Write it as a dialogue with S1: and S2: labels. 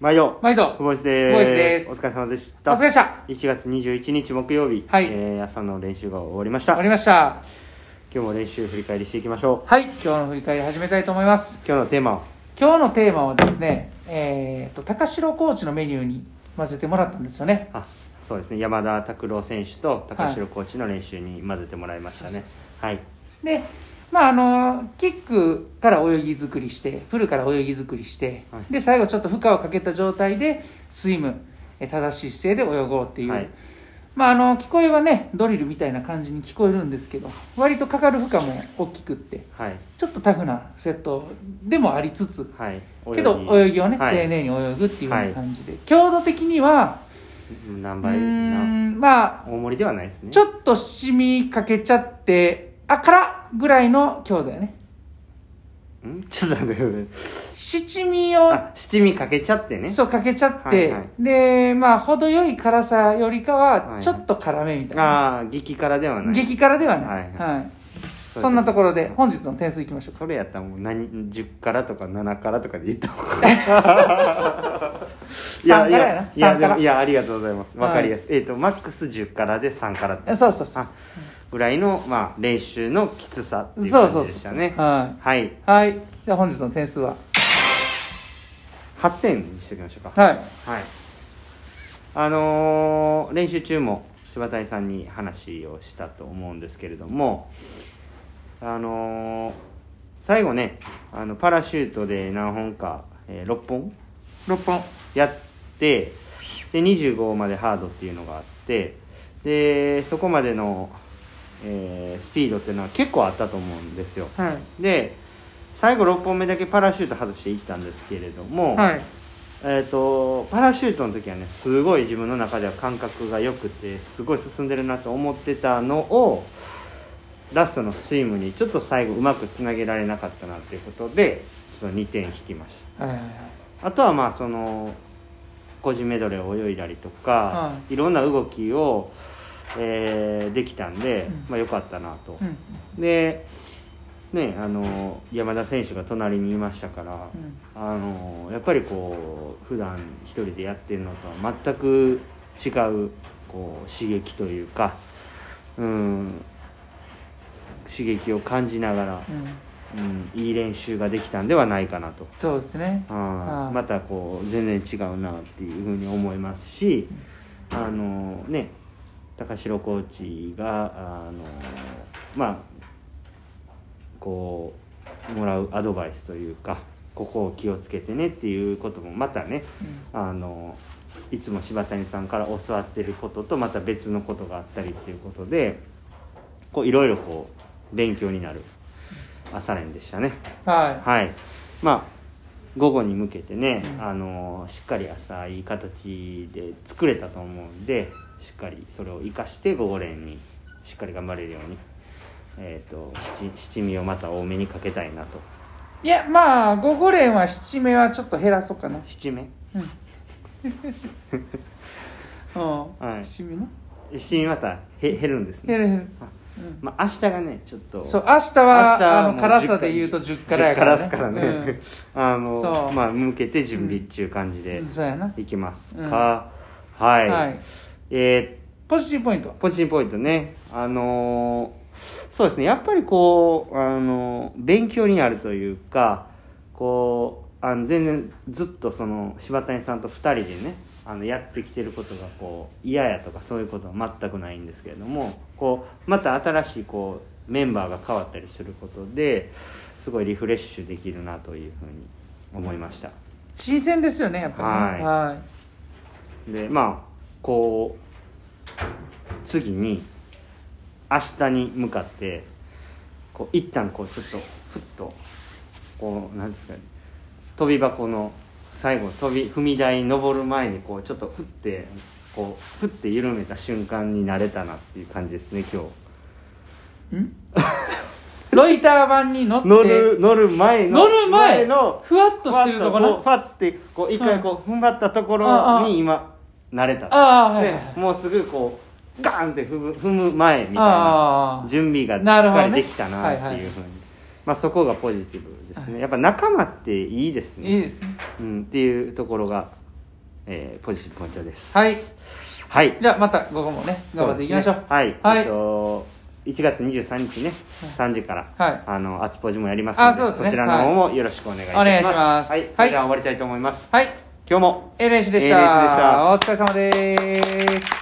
S1: 毎度、
S2: 毎度
S1: 久保井です。
S2: 久保井です
S1: お疲れ様でし
S2: お
S1: た。
S2: 疲れでした
S1: 1月21日木曜日、
S2: はい
S1: えー朝の練習が終わりまし
S2: 終
S1: た。
S2: わ
S1: 今
S2: りました
S1: 日も練習振り返りしていきましょ
S2: はい今日の振り返り始めたいと思います
S1: う。今日のテーマは、
S2: 今日のテーマはですねえっ、と高城コーチのメニューに混ぜてもらったんですよね
S1: あ、そうですね、山田拓郎選手と高城コーチの練習に混ぜてもらいましたね。はい。
S2: でまああのキックから泳ぎ作りしてプルから泳ぎ作りして、
S1: はい
S2: で最後ちょっと負荷をかけた状態でスイムえ正しい姿勢で泳ごうっていう、
S1: はい
S2: まああの聞こえはねドリルみたいな感じに聞こえるんですけど割とかかる負荷も大きくって
S1: はい。
S2: ちょっとタフなセットでもありつつ
S1: はい。
S2: けど泳ぎをね、
S1: はい
S2: 丁寧に泳ぐっていうような感じで、強度的には
S1: 何
S2: う
S1: 倍
S2: ー
S1: なん
S2: まあ
S1: 大盛りではないですね。
S2: ちょっと染みかけちゃってあからぐらいの強度やね
S1: んちょっと待って
S2: 七味を
S1: あ、七味かけちゃってね。
S2: そうかけちゃって、
S1: はいはい
S2: でまあ程よい辛さよりか
S1: はいは
S2: はいちょっと辛めみたいな、
S1: ああ、激辛ではない。
S2: 激辛ではない、
S1: は
S2: はいい
S1: う
S2: そんなところで本日の点数いきましょうか
S1: それやったらもう何10からとか7からとかで言った方がい
S2: 3からやな
S1: やいや
S2: 3から
S1: いやありがとうございます
S2: はい
S1: わかりやすい、えっ、とマックス10からで3からって
S2: そうそうそう
S1: あぐらいの、まあ、練習のきつさっていう
S2: そうそ
S1: 感
S2: う
S1: じで
S2: そう
S1: し
S2: そ
S1: た
S2: う
S1: ね
S2: は
S1: はい
S2: い、はい、じゃあ本日の点数は
S1: 8点にしておきましょうか
S2: はい
S1: はいあのー練習中も柴谷さんに話をしたと思うんですけれどもあのー最後ねあのパラシュートで何本か、え6本
S2: 6本
S1: やってで25までハードっていうのがあってでそこまでの、えースピードっていうのは結構あったと思うんですよ
S2: はい
S1: で最後6本目だけパラシュート外していったんですけれども、
S2: はい
S1: えー、とパラシュートの時はねすごい自分の中では感覚が良くてすごい進んでるなと思ってたのをラストのスイムにちょっと最後うまくつなげられなかったなっていうことでちょっと2点引きました。
S2: はいはいはい
S1: あとはまあその個人メドレーを泳いだりとか、、
S2: はい
S1: ろんな動きを、えーできたんで、
S2: うん
S1: まあ、よかったなと、
S2: うん
S1: で、ね、あの山田選手が隣にいましたから、あのやっぱりこう普段一人でやってるのとは全く違うこう刺激というか、うん、刺激を感じながら、
S2: うんうん
S1: うん、いい練習ができたんではないかなと。
S2: そうですね
S1: あ
S2: は
S1: ー
S2: い
S1: またこう全然違うなっていうふうに思いますしあのね高城コーチがあのまあこうもらうアドバイスというかここを気をつけてねっていうこともまたねあのいつも柴谷さんから教わってることとまた別のことがあったりっていうことでこういろいろこう勉強になる朝練でしたね。
S2: は
S1: はい、まあ午後に向けてね、
S2: うん
S1: あのしっかり朝いい形で作れたと思うんでしっかりそれを生かして午後練にしっかり頑張れるように、えー、と七七味をまた多めにかけたいなと
S2: いいやまあ午後連は七目はちょっと減らそうかな
S1: 七目
S2: うん、
S1: はい
S2: 七目な
S1: 七味またへ減るんですね
S2: 減る減る
S1: あ、
S2: うん
S1: まあ明日がねちょっと
S2: そう明日
S1: 明日
S2: は
S1: は
S2: あ
S1: も
S2: の
S1: う
S2: 辛さで言うと10辛や
S1: 10
S2: か
S1: 辛
S2: らね
S1: ですからね、 あ
S2: そ
S1: の
S2: う
S1: まあ向けて準備っていう感じで
S2: うんそうやない
S1: きますか、はい、
S2: はい
S1: えー
S2: ポジティブポイント
S1: ポジティブポイントね。あのーそうですね。やっぱりこう、あのー勉強になるというか、こう、あの、全然ずっとその、柴谷さんと二人でね、あの、やってきてることがこう、嫌やとかそういうことは全くないんですけれども、こう、また新しいこう、メンバーが変わったりすることで、すごいリフレッシュできるなというふうに思いました。
S2: 新鮮ですよねやっぱりね
S1: は
S2: はい
S1: でまあこう次に明日に向かってこう一旦こうちょっとふっとこうなんですかね飛び箱の最後飛び踏み台登る前にこうちょっとふってこうふって緩めた瞬間になれたなっていう感じですね今日
S2: んロイター版に乗って
S1: 乗る乗る前の
S2: 乗る前
S1: の
S2: ふわっとしてるとこな
S1: ファッてこう一回こう踏ん張ったところに今慣れた
S2: ああはいはい
S1: でもうすぐこうガーンって踏む踏む前みたい
S2: あ
S1: な
S2: ー
S1: 準備がしっ
S2: なるほ
S1: か
S2: ど
S1: り
S2: ね
S1: できたなっていうふうに、
S2: はいはい
S1: まあ、そこがポジティブですねやっぱ仲間っていいですね
S2: いいですね
S1: うん、っていうところがえーポジティブポイントです。
S2: はい。
S1: はい。
S2: じゃあまた午後もね、頑張っていきましょう。
S1: そですねはい。
S2: はい
S1: えっと、1月23日ね、3時から、
S2: はい
S1: あの、アツポジもやります
S2: あ
S1: ので、
S2: そうですね
S1: ちらの方もよろしくお願いいたします。
S2: はいお願いします
S1: はい。それでは終わりたいと思います。
S2: はい。
S1: 今日も、
S2: エレンシでし。
S1: エレンシでしたた
S2: お疲れ様です。